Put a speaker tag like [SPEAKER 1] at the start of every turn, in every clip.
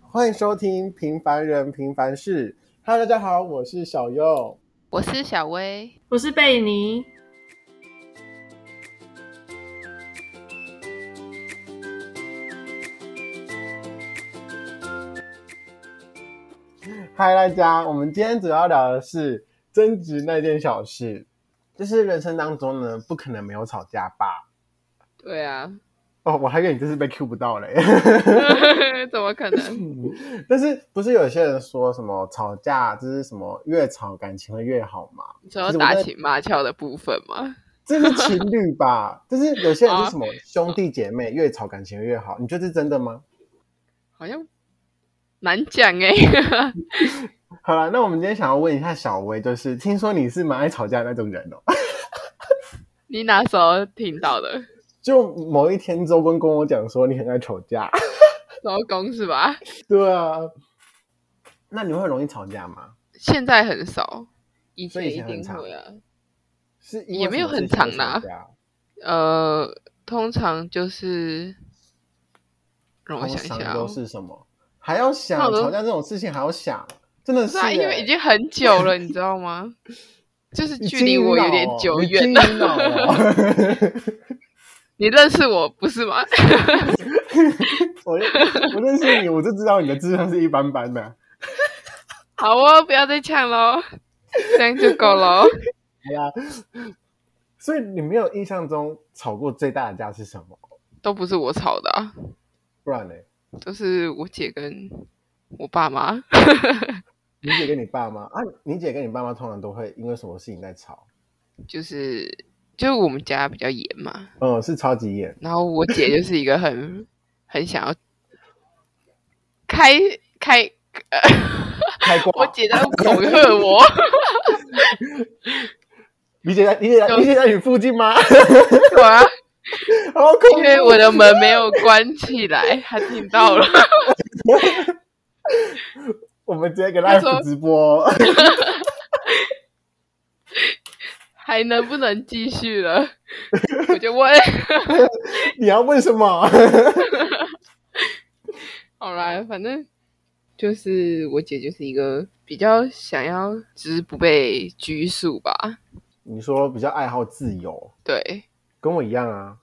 [SPEAKER 1] 欢迎收听《平凡人平凡事》。Hello，大家好，我是小优。
[SPEAKER 2] 我是小薇，
[SPEAKER 3] 我是贝尼。
[SPEAKER 1] 嗨，大家，我们今天主要聊的是争执那件小事，就是人生当中呢，不可能没有吵架吧？
[SPEAKER 2] 对 啊，
[SPEAKER 1] 哦，我还以为你这是被 Q 不到嘞。
[SPEAKER 2] 怎么可能？
[SPEAKER 1] 但是不是有些人说什么吵架就是什么越吵感情会越好吗？
[SPEAKER 2] 你说打情骂俏的部分吗？
[SPEAKER 1] 这是情侣吧？就是有些人是什么兄弟姐妹越吵感情越好，你觉得这是真的吗？
[SPEAKER 2] 好像难讲哎、
[SPEAKER 1] 好了，那我们今天想要问一下小薇，就是听说你是蛮爱吵架的那种人哦、
[SPEAKER 2] 你哪时候听到的？
[SPEAKER 1] 就某一天周公跟我讲说你很爱吵 架，
[SPEAKER 2] 周公是吧？
[SPEAKER 1] 对啊，那你会很容易吵架吗？
[SPEAKER 2] 现在很少，以
[SPEAKER 1] 所以以
[SPEAKER 2] 一
[SPEAKER 1] 前很
[SPEAKER 2] 定
[SPEAKER 1] 常
[SPEAKER 2] 会啊。
[SPEAKER 1] 是因为
[SPEAKER 2] 也没有
[SPEAKER 1] 什么
[SPEAKER 2] 很
[SPEAKER 1] 事情会
[SPEAKER 2] 长啊啦
[SPEAKER 1] 吵架
[SPEAKER 2] 呃，通常就是让我
[SPEAKER 1] 通
[SPEAKER 2] 想一
[SPEAKER 1] 常
[SPEAKER 2] 下、
[SPEAKER 1] 都
[SPEAKER 2] 哦，
[SPEAKER 1] 是什么？还要想
[SPEAKER 2] 那我都
[SPEAKER 1] 吵架这种事情还要想，真的
[SPEAKER 2] 不是
[SPEAKER 1] 是、
[SPEAKER 2] 啊，
[SPEAKER 1] 欸、
[SPEAKER 2] 因为已经很久了，你知道吗？ 就是
[SPEAKER 1] 你
[SPEAKER 2] 距
[SPEAKER 1] 经
[SPEAKER 2] 离
[SPEAKER 1] 营
[SPEAKER 2] 我
[SPEAKER 1] 脑
[SPEAKER 2] 有点
[SPEAKER 1] 哦
[SPEAKER 2] 久
[SPEAKER 1] 你
[SPEAKER 2] 远
[SPEAKER 1] 经
[SPEAKER 2] 了。
[SPEAKER 1] 营脑哦
[SPEAKER 2] 你认识我不是吗？
[SPEAKER 1] 我认我认识你，我就知道你的智商是一般般的。
[SPEAKER 2] 好哦，不要再呛喽，这样就够了。
[SPEAKER 1] 好啦，所以你没有印象中吵过最大的架是什么？
[SPEAKER 2] 都不是我吵的、啊，
[SPEAKER 1] 不然呢？
[SPEAKER 2] 都是我姐跟我爸妈。
[SPEAKER 1] 你姐跟你爸妈啊，你姐跟你爸妈通常都会因为什么事情在吵？
[SPEAKER 2] 就是就是我们家比较严嘛，
[SPEAKER 1] 嗯，是超级严。
[SPEAKER 2] 然后我姐就是一个很 很想要开开，
[SPEAKER 1] 开挂。
[SPEAKER 2] 我姐在恐吓我，
[SPEAKER 1] 你姐在，你姐在，
[SPEAKER 2] 就
[SPEAKER 1] 你姐在你附近吗？
[SPEAKER 2] 对啊，
[SPEAKER 1] 好恐怖！
[SPEAKER 2] 因为我的门没有关起来，她听到了，
[SPEAKER 1] 我们直接给
[SPEAKER 2] 她说
[SPEAKER 1] live 直播 哦。
[SPEAKER 2] 还能不能继续了？我就问，
[SPEAKER 1] 你要问什么？
[SPEAKER 2] 好啦，反正就是我姐就是一个比较想要就是不被拘束吧，
[SPEAKER 1] 你说比较爱好自由，
[SPEAKER 2] 对，
[SPEAKER 1] 跟我一样啊。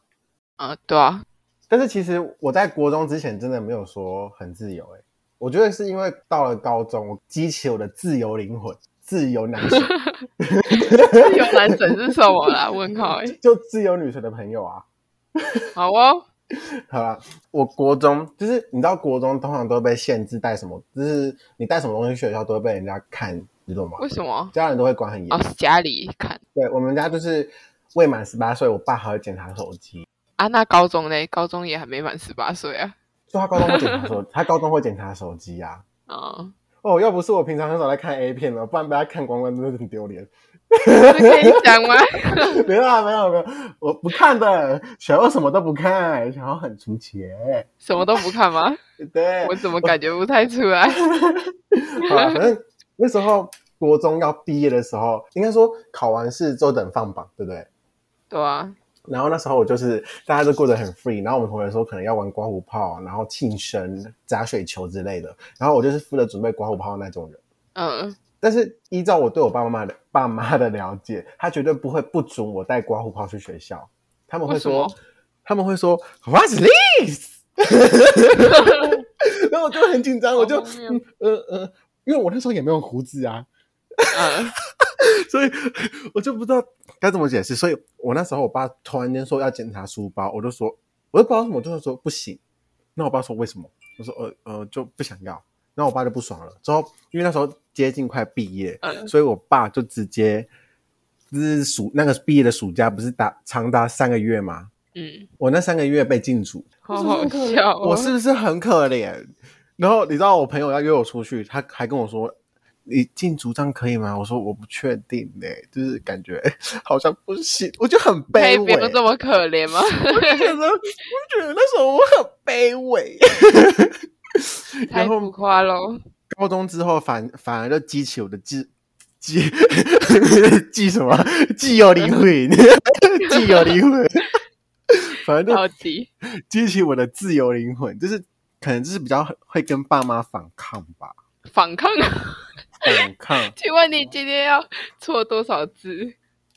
[SPEAKER 2] 啊、对啊，
[SPEAKER 1] 但是其实我在国中之前真的没有说很自由、欸，我觉得是因为到了高中，我激起我的自由灵魂，自由男 神，
[SPEAKER 2] 自由男神是什么啦？问号哎、
[SPEAKER 1] 就自由女神的朋友啊。
[SPEAKER 2] 好哦，
[SPEAKER 1] 好啦，我国中就是你知道，国中通常都会被限制带什么，就是你带什么东西去学校都会被人家看，你懂吗？
[SPEAKER 2] 为什么？
[SPEAKER 1] 家人都会管很严。
[SPEAKER 2] 哦，是家里看
[SPEAKER 1] 对我们家就是未满十八岁，我爸还会检查手机，
[SPEAKER 2] 啊？那高中嘞？高中也还没满十八岁啊。
[SPEAKER 1] 所以他高中会检查手，他高中会检查手机啊。
[SPEAKER 2] 哦，
[SPEAKER 1] 哦，要不是我平常很少在看 A 片了，不然被他看光光真的很丢脸。
[SPEAKER 2] 这可以讲吗？
[SPEAKER 1] 没有啊，没有没有，我不看的，小优什么都不看，小优很纯洁。
[SPEAKER 2] 什么都不看吗？
[SPEAKER 1] 对，
[SPEAKER 2] 我怎么感觉不太出来？
[SPEAKER 1] 好啊啦，反正那时候国中要毕业的时候，应该说考完试之后等放榜，对不对？
[SPEAKER 2] 对啊，
[SPEAKER 1] 然后那时候我就是大家都过得很 free，然后我们同学说可能要玩刮胡泡，然后庆生、砸水球之类的，然后我就是负责准备刮胡泡的那种人。
[SPEAKER 2] 嗯，
[SPEAKER 1] 但是依照我对我爸妈的爸妈的了解，他绝对不会不准我带刮胡泡去学校，他们会
[SPEAKER 2] 为
[SPEAKER 1] 说
[SPEAKER 2] 什么，
[SPEAKER 1] 他们会说 What's this？然后我就很紧张，我就
[SPEAKER 2] 好荒谬
[SPEAKER 1] 呃呃，因为我那时候也没有胡子啊，
[SPEAKER 2] 嗯，
[SPEAKER 1] 所以我就不知道该怎么解释。所以我那时候我爸突然间说要检查书包，我就说我就不知道为什么，我就是说不行。那我爸说为什么？我说呃呃就不想要。然后我爸就不爽了。之后因为那时候接近快毕业，
[SPEAKER 2] 嗯
[SPEAKER 1] 所以我爸就直接就是暑那个毕业的暑假不是达长达三个月吗？
[SPEAKER 2] 嗯，
[SPEAKER 1] 我那三个月被禁足，
[SPEAKER 2] 好好笑、哦。
[SPEAKER 1] 我是不是很可怜？然后你知道我朋友要约我出去，他还跟我说：“你进竹杖可以吗？”我说：“我不确定呢、就是感觉 好像不行。”我就很
[SPEAKER 2] 可以
[SPEAKER 1] 卑
[SPEAKER 2] 不
[SPEAKER 1] 微，
[SPEAKER 2] 用这么可怜吗？
[SPEAKER 1] 我就觉得，我就觉得那时候我很卑微。
[SPEAKER 2] 太
[SPEAKER 1] 然后
[SPEAKER 2] 浮夸喽。
[SPEAKER 1] 高中之后反反而就激起我的记记记什么？既有灵魂， 既有灵魂，反正就
[SPEAKER 2] 到底
[SPEAKER 1] 激起我的自由灵魂，就是可能就是比较会跟爸妈反抗吧，
[SPEAKER 2] 反抗啊！
[SPEAKER 1] 反抗。
[SPEAKER 2] 请问你今天要错多少字？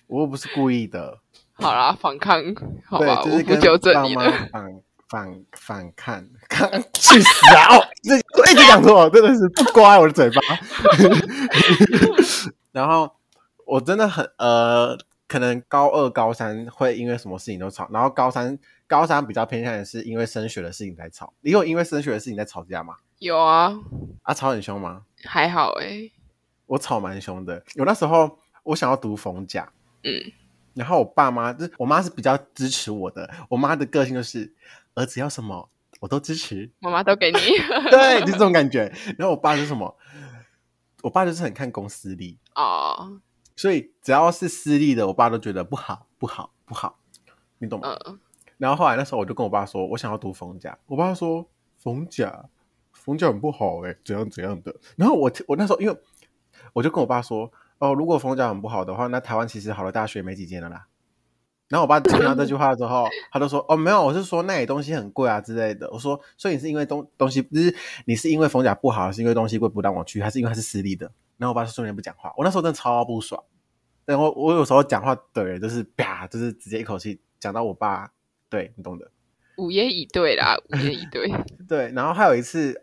[SPEAKER 1] 我又不是故意的，
[SPEAKER 2] 好啦，反抗，好吧，
[SPEAKER 1] 对，就是
[SPEAKER 2] 我不
[SPEAKER 1] 跟
[SPEAKER 2] 纠正
[SPEAKER 1] 爸
[SPEAKER 2] 你
[SPEAKER 1] 妈
[SPEAKER 2] 了。
[SPEAKER 1] 反反反抗， 抗去死啊！哦，这我一直讲错，真的是不乖我的嘴巴。 然后我真的很呃，可能高二、高三会因为什么事情都吵，然后高三高三比较偏向于是因为升学的事情在吵。你有因为升学的事情在吵架吗？
[SPEAKER 2] 有啊，
[SPEAKER 1] 啊，吵很凶吗？
[SPEAKER 2] 还好欸诶、
[SPEAKER 1] 我吵蛮凶的。我那时候我想要读逢甲，
[SPEAKER 2] 嗯，
[SPEAKER 1] 然后我爸妈，就是我妈是比较支持我的，我妈的个性就是儿子要什么我都支持，
[SPEAKER 2] 妈妈都给你。
[SPEAKER 1] 对，就是这种感觉。然后我爸是什么？我爸就是很看公司力，
[SPEAKER 2] 哦，
[SPEAKER 1] 所以只要是私立的，我爸都觉得不好，不好，不好，你懂吗？
[SPEAKER 2] 嗯，
[SPEAKER 1] 然后后来那时候我就跟我爸说，我想要读逢甲。我爸说逢甲，逢甲很不好哎、怎样怎样的。然后我我那时候因为我就跟我爸说，哦，如果逢甲很不好的话，那台湾其实好的大学没几间了啦。然后我爸听到这句话之后，他就说：“哦，没有，我是说那里东西很贵啊之类的。”我说：“所以你是因为东东西，就是你是因为逢甲不好，还是因为东西贵不让我去，还是因为它是私立的？”然后我爸就瞬间不讲话。我那时候真的超不爽。然后我有时候讲话怼人就是啪，就是直接一口气讲到我爸，对你懂的。
[SPEAKER 2] 午夜以对啦，午夜以对。嗯
[SPEAKER 1] 对，然后还有一次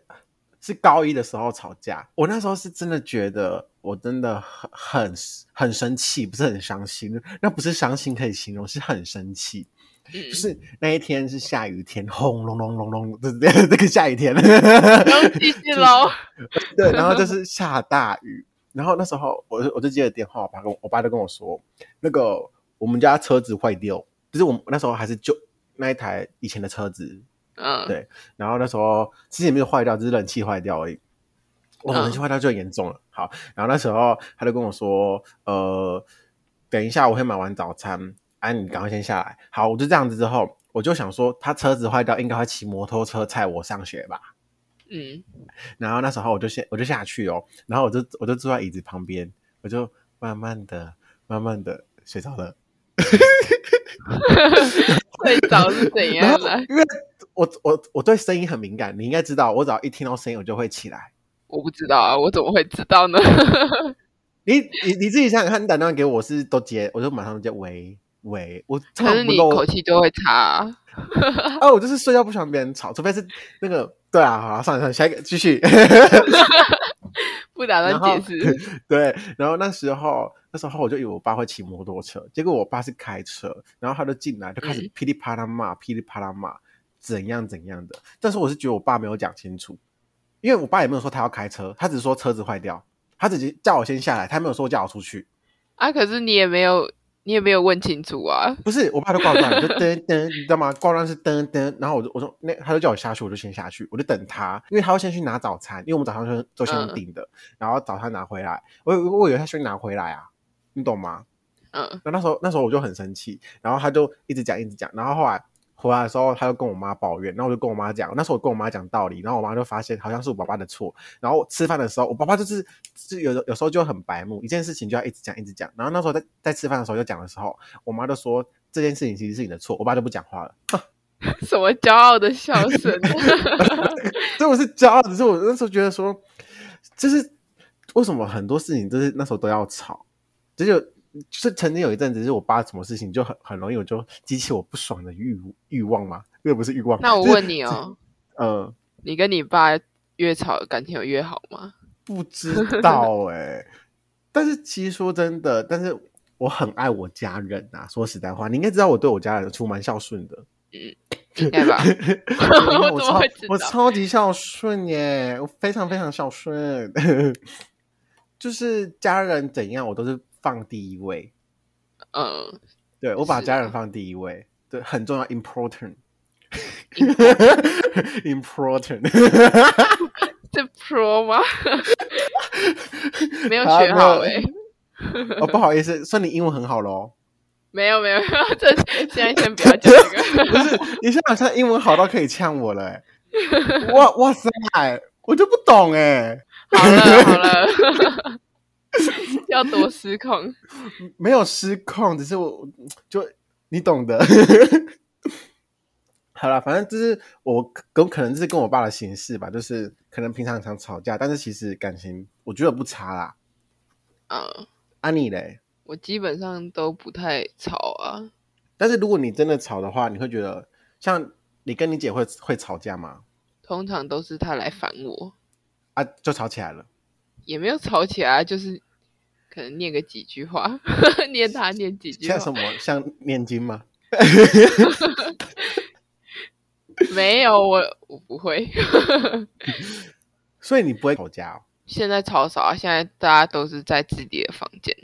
[SPEAKER 1] 是高一的时候吵架，我那时候是真的觉得我真的很很很生气，不是很伤心，那不是伤心可以形容，是很生气。
[SPEAKER 2] 嗯
[SPEAKER 1] 就，是那一天是下雨天，轰隆隆隆隆， 这这这个下雨天，
[SPEAKER 2] 不用继续 喽。
[SPEAKER 1] 对，然后就是下大雨，然后那时候我就我就接了电话，我爸跟我我爸就跟我说，那个我们家车子坏掉，就是我们那时候还是旧那一台以前的车子，
[SPEAKER 2] 嗯，
[SPEAKER 1] 对然后那时候其实也没有坏掉，只是冷气坏掉而已。我
[SPEAKER 2] 嗯
[SPEAKER 1] 冷气坏掉就很严重了。好，然后那时候他就跟我说，呃，等一下我会买完早餐，哎、你赶快先下来。好，我就这样子之后，我就想说，他车子坏掉，应该会骑摩托车载我上学吧。
[SPEAKER 2] 嗯，
[SPEAKER 1] 然后那时候我就先我就下去哦，然后我就我就坐在椅子旁边，我就慢慢的、慢慢的睡着了。
[SPEAKER 2] 睡着是怎样啊啦？
[SPEAKER 1] 因为我我我对声音很敏感，你应该知道，我只要一听到声音我就会起来。
[SPEAKER 2] 我不知道啊，我怎么会知道 呢？
[SPEAKER 1] 你你你自己想想看，你打电话给我是都接，我就马上接喂喂，我
[SPEAKER 2] 可
[SPEAKER 1] 唱
[SPEAKER 2] 是
[SPEAKER 1] 不
[SPEAKER 2] 你
[SPEAKER 1] 够
[SPEAKER 2] 口气就会差啊。
[SPEAKER 1] 啊，我就是睡觉不喜欢别人吵，除非是那个对啊，好啊算了算了，下一个继续。
[SPEAKER 2] 不打
[SPEAKER 1] 然后
[SPEAKER 2] 算解释。
[SPEAKER 1] 对，然后那时候那时候我就以为我爸会骑摩托车，结果我爸是开车，然后他就进来就开始
[SPEAKER 2] 嗯
[SPEAKER 1] 噼里啪啦骂，噼里啪啦骂，怎样怎样的。但是我是觉得我爸没有讲清楚，因为我爸也没有说他要开车，他只是说车子坏掉，他只是叫我先下来，他没有说叫我出去。
[SPEAKER 2] 啊，可是你也没有，你也没有问清楚啊。
[SPEAKER 1] 不是，我爸就挂断，就噔噔，你知道吗？挂断是噔噔，然后我就我说那他就叫我下去，我就先下去，我就等他，因为他要先去拿早餐，因为我们早上就都先
[SPEAKER 2] 嗯
[SPEAKER 1] 订的，然后早餐拿回来，我以为我以为他先拿回来啊，你懂吗？
[SPEAKER 2] 嗯，
[SPEAKER 1] 那那时候那时候我就很生气，然后他就一直讲一直讲，然后后来回来的时候他就跟我妈抱怨，然后我就跟我妈讲，那时候我跟我妈讲道理，然后我妈就发现好像是我爸爸的错，然后吃饭的时候我爸爸就是就是有有时候就很白目，一件事情就要一直讲一直讲，然后那时候在在吃饭的时候就讲的时候，我妈就说这件事情其实是你的错，我爸就不讲话了，
[SPEAKER 2] 什么骄傲的笑 声？
[SPEAKER 1] 所以我是骄傲，只是我那时候觉得说，就是为什么很多事情就是那时候都要吵，就是有就是曾经有一阵子，就是我爸什么事情就很很容易我就激起我不爽的欲欲望嘛，那个不是欲望。
[SPEAKER 2] 那我
[SPEAKER 1] 就是
[SPEAKER 2] 问你哦，
[SPEAKER 1] 呃，
[SPEAKER 2] 你跟你爸越吵，感情有越好吗？
[SPEAKER 1] 不知道哎、但是其实说真的，但是我很爱我家人啊，说实在话，你应该知道我对我家人出蛮孝顺的。
[SPEAKER 2] 应该 吧。
[SPEAKER 1] 我
[SPEAKER 2] 我怎么
[SPEAKER 1] 超
[SPEAKER 2] 会知
[SPEAKER 1] 我
[SPEAKER 2] 道
[SPEAKER 1] 超级孝顺耶，我非常非常孝顺， 就是家人怎样我都是放第一位，
[SPEAKER 2] 嗯，
[SPEAKER 1] 对我把
[SPEAKER 2] 是
[SPEAKER 1] 家
[SPEAKER 2] 啊
[SPEAKER 1] 人放第一位，对，很重要，important。important，
[SPEAKER 2] 这 pro 吗？ 没有
[SPEAKER 1] 好
[SPEAKER 2] 学好
[SPEAKER 1] 啊没有
[SPEAKER 2] 哎、
[SPEAKER 1] 哦，不好意思，算你英文很好喽。
[SPEAKER 2] 没有没有没有，这现在先不要讲这
[SPEAKER 1] 不
[SPEAKER 2] 个。
[SPEAKER 1] 是，你现在好像英文好到可以呛我了、欸，哇哇塞，我就不懂哎、
[SPEAKER 2] 好了好了， 要多失控。
[SPEAKER 1] 没有失控，只是我就你懂的。 好啦，反正就是我有可能就是跟我爸的形式吧，就是可能平常常吵架，但是其实感情我觉得不差啦。
[SPEAKER 2] 啊，
[SPEAKER 1] 啊你嘞？
[SPEAKER 2] 我基本上都不太吵啊，
[SPEAKER 1] 但是如果你真的吵的话，你会觉得像你跟你姐会会吵架吗？
[SPEAKER 2] 通常都是他来烦我，
[SPEAKER 1] 啊，就吵起来了。
[SPEAKER 2] 也没有吵起来，啊就是可能念个几句话， 念他念几句
[SPEAKER 1] 像什
[SPEAKER 2] 话，
[SPEAKER 1] 么像念经吗？
[SPEAKER 2] 没有我我不会。
[SPEAKER 1] 所以你不会吵架、哦。
[SPEAKER 2] 现在超少啊，现在大家都是在自己的房间，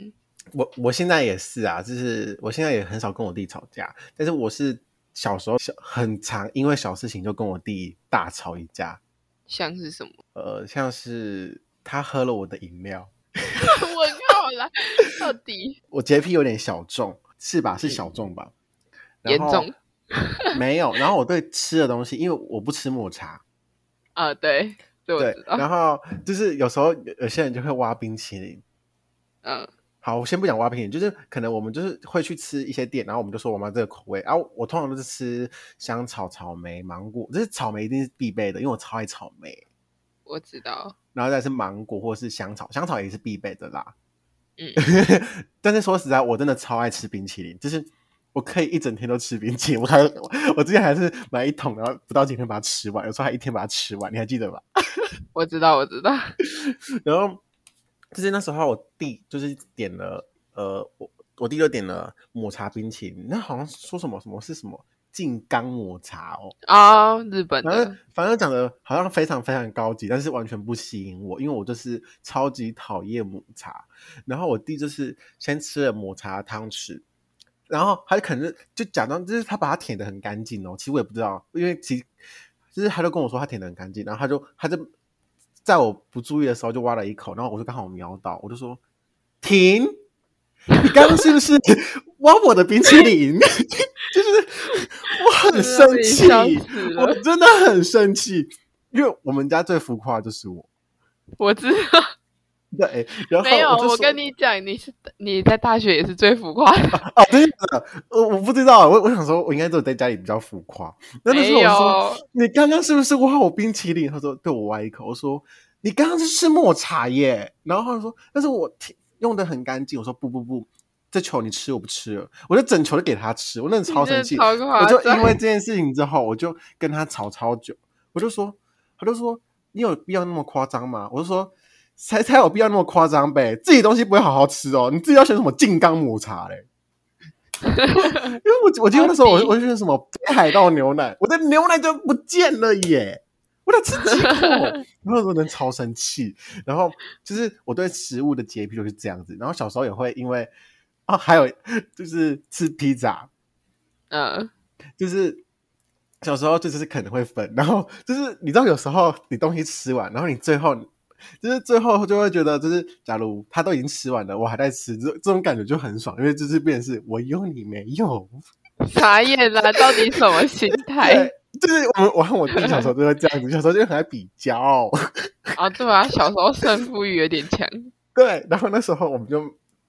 [SPEAKER 1] 我我现在也是啊，就是我现在也很少跟我弟吵架，但是我是小时候小很常因为小事情就跟我弟大吵一架。
[SPEAKER 2] 像是什么？
[SPEAKER 1] 呃，像是他喝了我的饮料，
[SPEAKER 2] 我靠啦，到底
[SPEAKER 1] 我洁癖有点小众，是吧？是小众吧？然
[SPEAKER 2] 严
[SPEAKER 1] 后
[SPEAKER 2] 重
[SPEAKER 1] 没有。然后我对吃的东西，因为我不吃抹茶，
[SPEAKER 2] 啊？对，这我
[SPEAKER 1] 对
[SPEAKER 2] 知。道。
[SPEAKER 1] 然后就是有时候有有些人就会挖冰淇淋，
[SPEAKER 2] 嗯，
[SPEAKER 1] 好，我先不讲挖冰淇淋，就是可能我们就是会去吃一些店，然后我们就说我们要这个口味。啊，我通常都是吃香草、草莓、芒果，就是草莓一定是必备的，因为我超爱草莓。
[SPEAKER 2] 我知道。
[SPEAKER 1] 然后再是芒果或是香草，香草也是必备的啦。
[SPEAKER 2] 嗯，
[SPEAKER 1] 但是说实在，我真的超爱吃冰淇淋，就是我可以一整天都吃冰淇淋。我还我之前还是买一桶，然后不到几天把它吃完，有时候还一天把它吃完，你还记得吧？
[SPEAKER 2] 我知道，我知道。
[SPEAKER 1] 然后就是那时候我弟就是点了，呃，我我弟就点了抹茶冰淇淋，那好像说什么什么是什么静冈抹茶哦，
[SPEAKER 2] 啊、日本
[SPEAKER 1] 反正
[SPEAKER 2] 的，
[SPEAKER 1] 反正讲的好像非常非常高级，但是完全不吸引我，因为我就是超级讨厌抹茶。然后我弟就是先吃了抹茶汤匙，然后他就可能就假装就是他把它舔的很干净哦，其实我也不知道，因为其实就是他就跟我说他舔的很干净，然后他就他就在我不注意的时候就挖了一口，然后我就刚好瞄到，我就说停。你刚刚是不 是挖我的冰淇淋？ 就是我很生气，
[SPEAKER 2] 笑死
[SPEAKER 1] 我
[SPEAKER 2] 了。
[SPEAKER 1] 真的很生气，因为我们家最浮夸的就是我。
[SPEAKER 2] 我知道，
[SPEAKER 1] 对，然后
[SPEAKER 2] 没有。
[SPEAKER 1] 就
[SPEAKER 2] 我
[SPEAKER 1] 说
[SPEAKER 2] 跟你讲，你是你在大学也是最浮夸的，
[SPEAKER 1] 哦，真的，我我不知道，啊我我想说，我应该只有在家里比较浮夸。那那时
[SPEAKER 2] 没
[SPEAKER 1] 候我
[SPEAKER 2] 有
[SPEAKER 1] 说，你刚刚是不是挖我冰淇淋？他说对我挖一口，我说你刚刚是吃抹茶耶。然后他说，但是我舔用的很干净。我说不不不，这球你吃我不吃了，我就整球都给他吃，我那
[SPEAKER 2] 你
[SPEAKER 1] 超
[SPEAKER 2] 真
[SPEAKER 1] 生
[SPEAKER 2] 的
[SPEAKER 1] 气，
[SPEAKER 2] 超夸
[SPEAKER 1] 我就因
[SPEAKER 2] 张
[SPEAKER 1] 为这件事情之后，我就跟他吵超久，我就说，他就说你有必要那么夸张吗？我就说才才有必要那么夸张呗，自己东西不会好好吃哦，你自己要选什么静冈抹茶嘞？因为我我记得那时候我
[SPEAKER 2] 到底
[SPEAKER 1] 我就选什么北海道牛奶，我的牛奶就不见了耶，我得吃几口， 那时候能超生气。然后就是我对食物的洁癖就是这样子，然后小时候也会因为啊，还有就是吃披萨，
[SPEAKER 2] 嗯，
[SPEAKER 1] 就是小时候就是可能会分，然后就是你知道有时候你东西吃完，然后你最后就是最后就会觉得，就是假如他都已经吃完了，我还在吃，这这种感觉就很爽，因为就是变成是我有你没有，
[SPEAKER 2] 傻眼啦，到底什么 心态
[SPEAKER 1] 对，就是我们我和我弟小时候就会这样子，小时候就很爱比较，
[SPEAKER 2] 啊？对啊，小时候胜负欲有点强。
[SPEAKER 1] 对，然后那时候我们就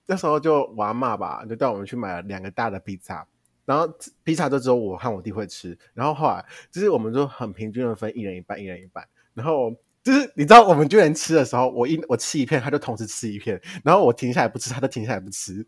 [SPEAKER 1] 那时候就我阿嬷吧，就带我们去买了两个大的披萨，然后披萨就只有我和我弟会吃，然后后来就是我们就很平均的分，一人一半，一人一半，然后。就是你知道，我们居然吃的时候，我一我吃一片，他就同时吃一片，然后我停下来不吃，他就停下来不吃。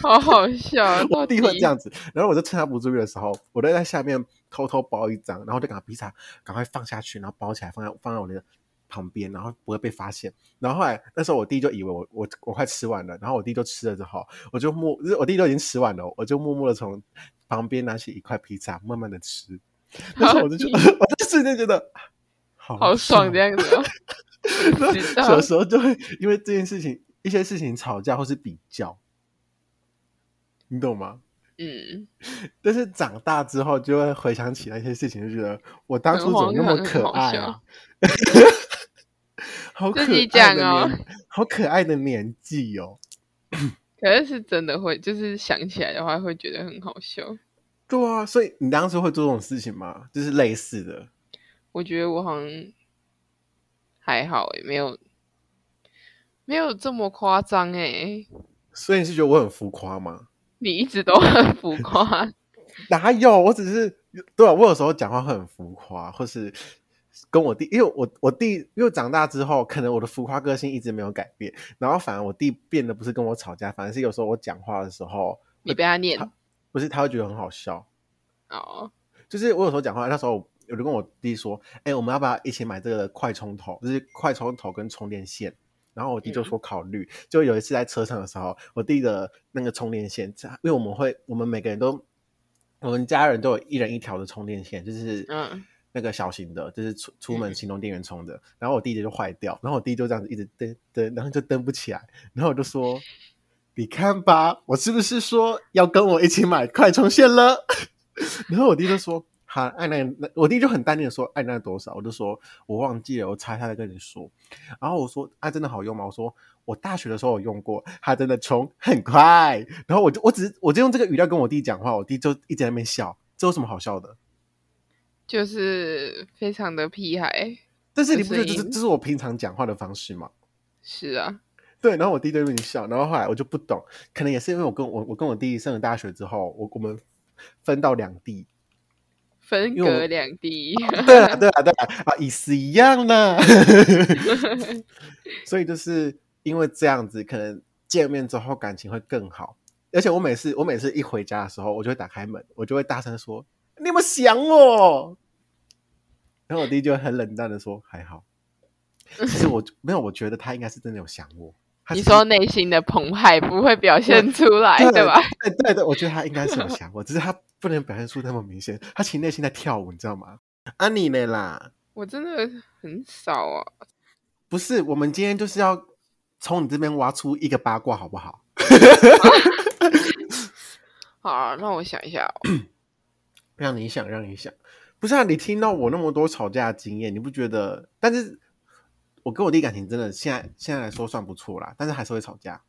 [SPEAKER 2] 好好笑啊，
[SPEAKER 1] 我
[SPEAKER 2] 到
[SPEAKER 1] 弟
[SPEAKER 2] 底
[SPEAKER 1] 会这样子，然后我就趁他不注意的时候，我就在下面偷偷包一张，然后就把披萨赶快放下去，然后包起来放在放在我的旁边，然后不会被发现。然后后来那时候我弟就以为我我我快吃完了，然后我弟就吃了之后，我就默，就是我弟都已经吃完了，我就默默的从旁边拿起一块披萨，慢慢的吃。那时候我就觉得， 我就瞬间觉得好
[SPEAKER 2] 好爽这样子 哦。
[SPEAKER 1] 然后
[SPEAKER 2] 知道
[SPEAKER 1] 小时候就会因为这件事情一些事情吵架或是比较，你懂吗？
[SPEAKER 2] 嗯，
[SPEAKER 1] 但是长大之后就会回想起那些事情，就觉得我当初怎
[SPEAKER 2] 很
[SPEAKER 1] 么
[SPEAKER 2] 荒
[SPEAKER 1] 那么
[SPEAKER 2] 唐
[SPEAKER 1] 可爱啊！ 好可
[SPEAKER 2] 自己
[SPEAKER 1] 爱的
[SPEAKER 2] 讲哦
[SPEAKER 1] 年，好可爱的年纪哦。
[SPEAKER 2] 可是是真的会，就是想起来的话会觉得很好笑。
[SPEAKER 1] 对啊，所以你当时会做这种事情吗？就是类似的，
[SPEAKER 2] 我觉得我好像还好诶、没有没有这么夸张欸诶。
[SPEAKER 1] 所以你是觉得我很浮夸吗？
[SPEAKER 2] 你一直都很浮夸，
[SPEAKER 1] 哪有？我只是对啊，我有时候讲话会很浮夸，或是跟我弟，因为我我弟因为长大之后，可能我的浮夸个性一直没有改变，然后反而我弟变得不是跟我吵架，反而是有时候我讲话的时候，
[SPEAKER 2] 你被他念
[SPEAKER 1] 不是他会觉得很好笑，
[SPEAKER 2] 哦，
[SPEAKER 1] 就是我有时候讲话，那时候我就跟我弟说，哎、我们要不要一起买这个快充头，就是快充头跟充电线。然后我
[SPEAKER 2] 嗯
[SPEAKER 1] 弟就说考虑，就有一次在车上的时候，我弟的那个充电线，因为我们会，我们每个人都，我们家人都有一人一条的充电线，就是
[SPEAKER 2] 嗯
[SPEAKER 1] 那个小型的，就是出出
[SPEAKER 2] 嗯
[SPEAKER 1] 门行动电源充的。然后我弟的就坏掉，然后我弟就这样子一直蹬蹬，然后就蹬不起来。然后我就说：“你看吧，我是不是说要跟我一起买快充线了？”然后我弟就说：“好，爱那那我弟就很淡定的说爱那多少？”我就说：“我忘记了，我查一下再跟你说。”然后我说：“啊，真的好用吗？”我说。我大学的时候有用过，它真的充很快。然后我就我只是我就用这个语料跟我弟讲话，我弟就一直在那边笑，这有什么好笑的？
[SPEAKER 2] 就是非常的屁孩，
[SPEAKER 1] 但是你
[SPEAKER 2] 就
[SPEAKER 1] 不觉
[SPEAKER 2] 是
[SPEAKER 1] 得这是
[SPEAKER 2] 赢
[SPEAKER 1] 这是我平常讲话的方式吗？
[SPEAKER 2] 是啊，
[SPEAKER 1] 对，然后我弟就在那边笑，然后后来我就不懂，可能也是因为我跟我我跟我弟上了大学之后，我我们分到两地，
[SPEAKER 2] 分
[SPEAKER 1] 因为我
[SPEAKER 2] 隔 两地，
[SPEAKER 1] 对啦对啦对啦啊，意思一样啦，所以就是因为这样子，可能见面之后感情会更好。而且我每次我每次一回家的时候，我就会打开门，我就会大声说：“你有没有想我？”然后我弟就很冷淡的说：“还好。”其实我没有，我觉得他应该是真的有想我。他
[SPEAKER 2] 你
[SPEAKER 1] 只是
[SPEAKER 2] 说内心的澎湃不会表现出来，对吧？？
[SPEAKER 1] 对对对，我觉得他应该是有想我，只是他不能表现出那么明显。他其实内心在跳舞，你知道吗？啊，你呢啦？
[SPEAKER 2] 我真的很少啊，
[SPEAKER 1] 不是，我们今天就是要从你这边挖出一个八卦，好不好？
[SPEAKER 2] 好啊，让我想一下哦、
[SPEAKER 1] 让你想，让你想。不是啊，你听到我那么多吵架的经验，你不觉得？但是我跟我弟感情真的现在现在来说算不错啦，但是还是会吵架。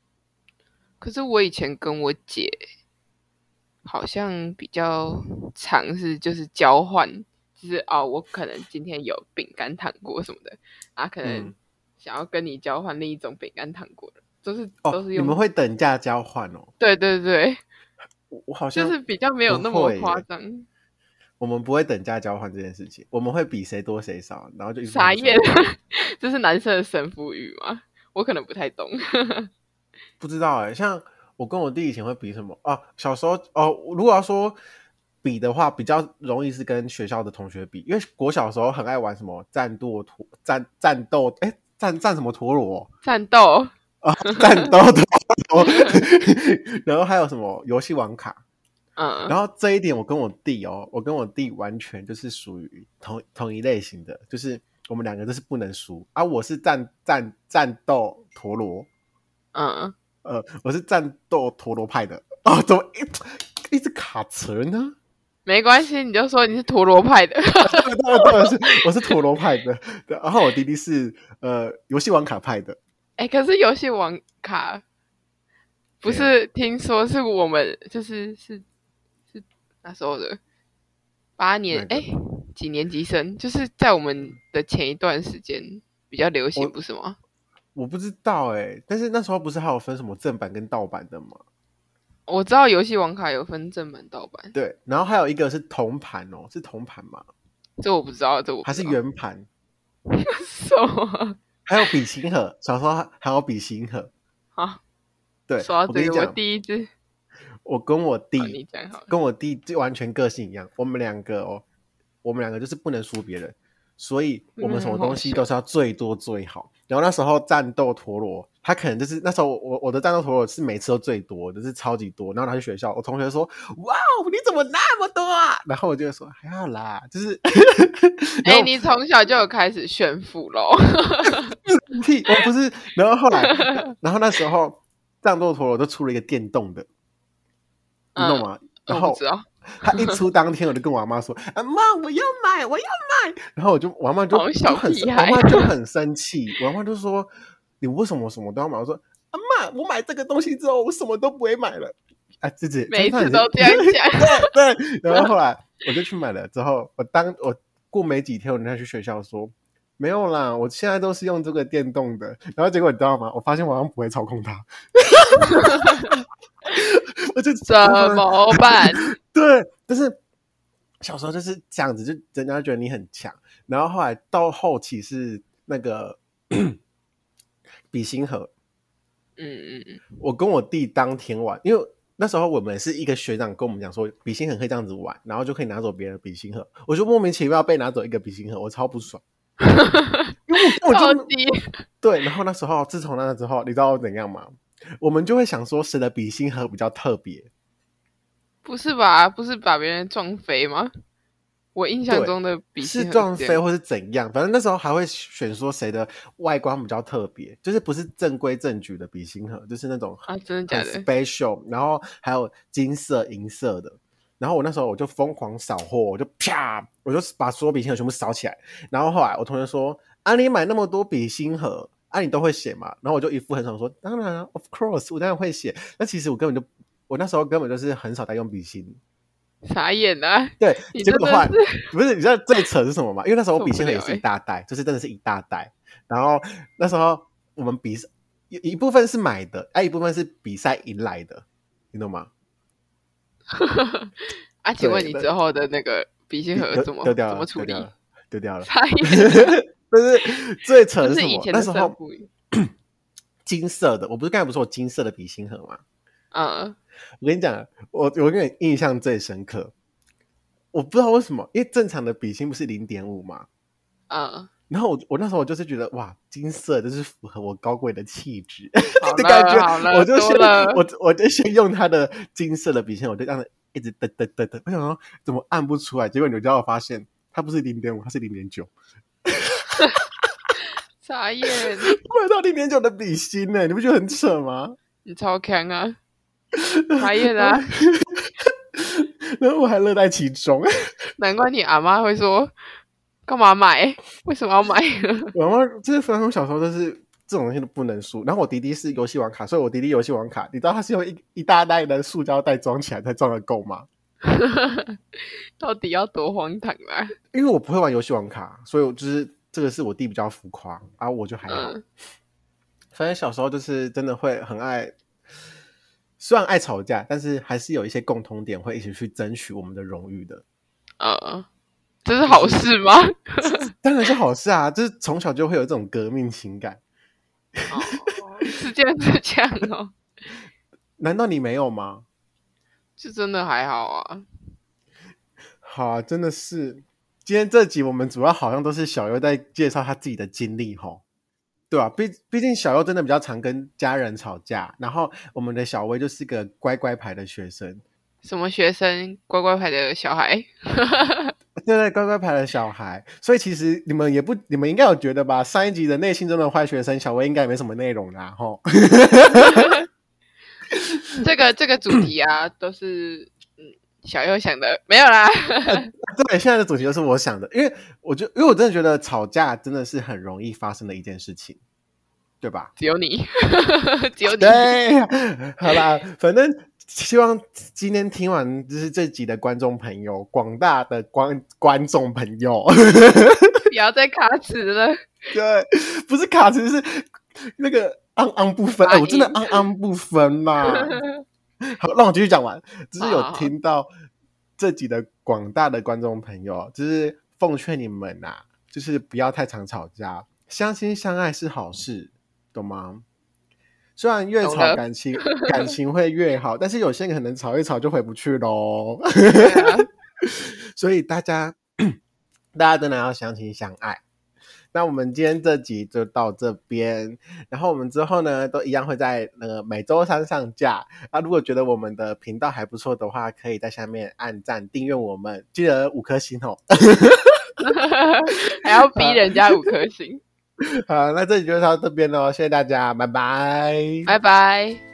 [SPEAKER 2] 可是我以前跟我姐好像比较常是就是交换，就是哦，我可能今天有饼干糖果什么的，啊，可能
[SPEAKER 1] 嗯
[SPEAKER 2] 想要跟你交换另一种饼干糖果的，都是、
[SPEAKER 1] 哦，
[SPEAKER 2] 都是
[SPEAKER 1] 你
[SPEAKER 2] 用
[SPEAKER 1] 们会等价交换哦。
[SPEAKER 2] 对对对，
[SPEAKER 1] 我我好像
[SPEAKER 2] 就是比较没有那么夸张。
[SPEAKER 1] 我们不会等价交换这件事情，我们会比谁多谁少，然后就一直
[SPEAKER 2] 傻眼
[SPEAKER 1] 互相，
[SPEAKER 2] 这是男生的神父语吗？我可能不太懂。
[SPEAKER 1] 不知道哎、像我跟我弟以前会比什么啊？小时候哦，如果要说比的话，比较容易是跟学校的同学比，因为国小的时候很爱玩什么战斗陀战战斗，哎、战战什么陀螺
[SPEAKER 2] 战斗
[SPEAKER 1] 啊，战斗陀螺， 然后还有什么游戏王卡，
[SPEAKER 2] 嗯，
[SPEAKER 1] 然后这一点我跟我弟哦，我跟我弟完全就是属于同同一类型的，就是我们两个都是不能输啊，我是战战战斗陀螺。
[SPEAKER 2] 嗯，
[SPEAKER 1] 呃，我是战斗陀螺派的哦，怎么一一直卡词呢？
[SPEAKER 2] 没关系，你就说你是陀螺派的，
[SPEAKER 1] 对对对，是我是陀螺派的，对然后我弟弟是呃游戏王卡派的，
[SPEAKER 2] 哎、可是游戏王卡不
[SPEAKER 1] 啊
[SPEAKER 2] 是听说是我们就是是是那时候的八年
[SPEAKER 1] 哪
[SPEAKER 2] 哎、
[SPEAKER 1] 个
[SPEAKER 2] 几年级生，就是在我们的前一段时间比较流行，
[SPEAKER 1] 我
[SPEAKER 2] 不是吗？
[SPEAKER 1] 我不知道哎、但是那时候不是还有分什么正版跟盗版的吗？
[SPEAKER 2] 我知道游戏王卡有分正版盗版，
[SPEAKER 1] 对，然后还有一个是铜盘哦，是铜盘吗？
[SPEAKER 2] 这我不知道，这我不
[SPEAKER 1] 还是
[SPEAKER 2] 知道
[SPEAKER 1] 圆盘？
[SPEAKER 2] 什么
[SPEAKER 1] 还有笔芯盒，小时候还还有笔芯盒。
[SPEAKER 2] 好，
[SPEAKER 1] 对，
[SPEAKER 2] 说
[SPEAKER 1] 我
[SPEAKER 2] 到
[SPEAKER 1] 跟
[SPEAKER 2] 这
[SPEAKER 1] 你
[SPEAKER 2] 个，我
[SPEAKER 1] 讲，
[SPEAKER 2] 第一次
[SPEAKER 1] 我跟我弟
[SPEAKER 2] 好你讲好了，
[SPEAKER 1] 跟我弟就完全个性一样，我们两个哦，我们两个就是不能输别人，所以我
[SPEAKER 2] 嗯
[SPEAKER 1] 们什么东西都是要最多最好。然后那时候战斗陀螺，他可能就是那时候我我我的战斗陀螺是每次都最多，就是超级多。然后拿去学校，我同学说：“哇哦，你怎么那么多啊？”然后我就会说：“还好啦，就是。” 然
[SPEAKER 2] 哎、
[SPEAKER 1] 后
[SPEAKER 2] 你从小就有开始炫富喽，
[SPEAKER 1] 屁，我不是。然后后来， 然后那时候战斗陀螺就出了一个电动的，你懂吗？然
[SPEAKER 2] 嗯哦我
[SPEAKER 1] 后
[SPEAKER 2] 不知道，
[SPEAKER 1] 他一出当天，我就跟我阿妈说：“阿妈，我要买，我要买。”然后我就我阿妈就
[SPEAKER 2] 好小
[SPEAKER 1] 就很
[SPEAKER 2] 屁
[SPEAKER 1] 生我
[SPEAKER 2] 孩
[SPEAKER 1] 阿妈就很生气，我阿妈就说：“你为什么什么都要买？”我说：“阿妈，我买这个东西之后，我什么都不会买了。”啊，自己
[SPEAKER 2] 每一次都这样讲，
[SPEAKER 1] 对对。然后后来我就去买了，之后我当我过没几天，我再去学校说。没有啦，我现在都是用这个电动的。然后结果你知道吗？我发现我好像不会操控 它，我就
[SPEAKER 2] 怎么办？
[SPEAKER 1] 对，但是小时候就是这样子，就人家觉得你很强。然后后来到后期是那个 比心盒，
[SPEAKER 2] 嗯嗯嗯，
[SPEAKER 1] 我跟我弟当天玩，因为那时候我们是一个学长跟我们讲说，笔芯盒可以这样子玩，然后就可以拿走别人的笔芯盒，我就莫名其妙被拿走一个笔芯盒，我超不爽。因为我我
[SPEAKER 2] 超
[SPEAKER 1] 就
[SPEAKER 2] 级
[SPEAKER 1] 对，然后那时候，自从那之后，你知道怎样吗？我们就会想说，谁的笔芯盒比较特别？
[SPEAKER 2] 不是吧？不是把别人撞飞吗？我印象
[SPEAKER 1] 对
[SPEAKER 2] 中的比
[SPEAKER 1] 是
[SPEAKER 2] 心很
[SPEAKER 1] 撞
[SPEAKER 2] 这
[SPEAKER 1] 飞
[SPEAKER 2] 样，
[SPEAKER 1] 或是怎样，反正那时候还会选说谁的外观比较特别，就是不是正规正矩的笔芯盒，就是那种
[SPEAKER 2] 啊，真的假
[SPEAKER 1] 很
[SPEAKER 2] 的？
[SPEAKER 1] special，然后还有金色、银色的。然后我那时候我就疯狂扫货，我就啪，我就把所有笔芯盒全部扫起来。然后后来我同学说：“啊，你买那么多笔芯盒，啊，你都会写嘛？”然后我就一副很爽说：“当然啊，of course，我当然会写。”那其实我根本就，我那时候根本就是很少在用笔芯。
[SPEAKER 2] 傻眼 啊！
[SPEAKER 1] 对
[SPEAKER 2] 你，
[SPEAKER 1] 结
[SPEAKER 2] 真
[SPEAKER 1] 果
[SPEAKER 2] 的
[SPEAKER 1] 后来
[SPEAKER 2] 是
[SPEAKER 1] 不是，你知道最扯是什么吗？因为那时候我笔
[SPEAKER 2] 受
[SPEAKER 1] 芯
[SPEAKER 2] 不
[SPEAKER 1] 盒
[SPEAKER 2] 了
[SPEAKER 1] 也是一
[SPEAKER 2] 欸
[SPEAKER 1] 大袋，就是真的是一大袋。然后那时候我们比有一部分是买的，哎、一部分是比赛赢来的，你懂吗？
[SPEAKER 2] 啊，请问
[SPEAKER 1] 对
[SPEAKER 2] 你
[SPEAKER 1] 那
[SPEAKER 2] 之后的那个笔芯盒
[SPEAKER 1] 丢
[SPEAKER 2] 怎么
[SPEAKER 1] 丢掉
[SPEAKER 2] 怎
[SPEAKER 1] 了，
[SPEAKER 2] 么
[SPEAKER 1] 丢
[SPEAKER 2] 处理
[SPEAKER 1] 掉？了，丢掉了。
[SPEAKER 2] 傻眼，
[SPEAKER 1] 但是最扯
[SPEAKER 2] 就
[SPEAKER 1] 的
[SPEAKER 2] 是
[SPEAKER 1] 什
[SPEAKER 2] 以
[SPEAKER 1] 么？
[SPEAKER 2] 前
[SPEAKER 1] 那
[SPEAKER 2] 的
[SPEAKER 1] 时
[SPEAKER 2] 社
[SPEAKER 1] 候
[SPEAKER 2] 会，
[SPEAKER 1] 金色的，我不是刚才不是我金色的笔芯盒吗？
[SPEAKER 2] 嗯，
[SPEAKER 1] 我跟你讲，我我跟你印象最深刻，我不知道为什么，因为正常的笔芯不是零点五嘛，
[SPEAKER 2] 嗯，
[SPEAKER 1] 然后我我那时候我就是觉得哇，金色就是符合我高贵的气质
[SPEAKER 2] 好
[SPEAKER 1] 的感
[SPEAKER 2] 了好
[SPEAKER 1] 觉，
[SPEAKER 2] 了，
[SPEAKER 1] 我就
[SPEAKER 2] 多
[SPEAKER 1] 先
[SPEAKER 2] 了，
[SPEAKER 1] 我我就先用它的金色的笔芯，我就这样子一直噔噔噔噔，我想说怎么按不出来，结果你就会发现它不是零点五，它是零点九，
[SPEAKER 2] 傻眼，
[SPEAKER 1] 买到零点九的笔芯呢、你不觉得很扯吗？
[SPEAKER 2] 你超强啊！傻眼啊！
[SPEAKER 1] 然后我还乐在其中，
[SPEAKER 2] 难怪你阿妈会说干嘛买？为什么要买？
[SPEAKER 1] 然后就是反正我小时候就是这种东西都不能输，然后我弟弟是游戏王卡，所以我弟弟游戏王卡，你知道他是用一一大袋的塑胶袋装起来才装得够吗？
[SPEAKER 2] 到底要多荒唐啊！
[SPEAKER 1] 因为我不会玩游戏王卡，所以我就是这个是我弟比较浮夸啊，我就还好。
[SPEAKER 2] 嗯，
[SPEAKER 1] 反正小时候就是真的会很爱，虽然爱吵架，但是还是有一些共同点，会一起去争取我们的荣誉的。
[SPEAKER 2] 呃，这是好事吗？
[SPEAKER 1] 当然是好事啊，就是从小就会有这种革命情感。
[SPEAKER 2] 哦，是这样子讲哦，
[SPEAKER 1] 难道你没有吗？
[SPEAKER 2] 就真的还好啊。
[SPEAKER 1] 好啊，真的是。今天这集我们主要好像都是小优在介绍他自己的经历吼，对啊，毕毕竟小优真的比较常跟家人吵架，然后我们的小薇就是个乖乖牌的学生，
[SPEAKER 2] 什么学生乖乖牌的小孩？
[SPEAKER 1] 对对，乖乖牌的小孩，所以其实你们也不，你们应该有觉得吧？上一集的内心中的坏学生小薇应该也没什么内容啦，吼。
[SPEAKER 2] 这个这个主题啊，都是嗯小优想的，没有啦。
[SPEAKER 1] 对，现在的主题就是我想的，因为我就因为我真的觉得吵架真的是很容易发生的一件事情，对吧？
[SPEAKER 2] 只有你， 只有你。
[SPEAKER 1] 对， 好啦，反正希望今天听完就是这集的观众朋友，广大的观观众朋友，
[SPEAKER 2] 不要再卡词了。
[SPEAKER 1] 对，不是卡词是那个昂昂不分，哎、我真的昂昂不分啦。好，让我继续讲完。只是有听到这集的广大的观众朋友，就是奉劝你们呐、就是不要太常吵架，相亲相爱是好事，懂吗？虽然越吵
[SPEAKER 2] 懂了
[SPEAKER 1] 感情感情会越好，但是有些人可能吵一吵就回不去 喽。
[SPEAKER 2] 对啊
[SPEAKER 1] 所以大家 大家真的要相亲相爱。那我们今天这集就到这边，然后我们之后呢，都一样会在那个每周三上架。那如果觉得我们的频道还不错的话，可以在下面按赞订阅我们，记得五颗星哦。
[SPEAKER 2] 还要逼人家五颗星，
[SPEAKER 1] 好，那这集就到这边喽，谢谢大家，拜拜，
[SPEAKER 2] 拜拜。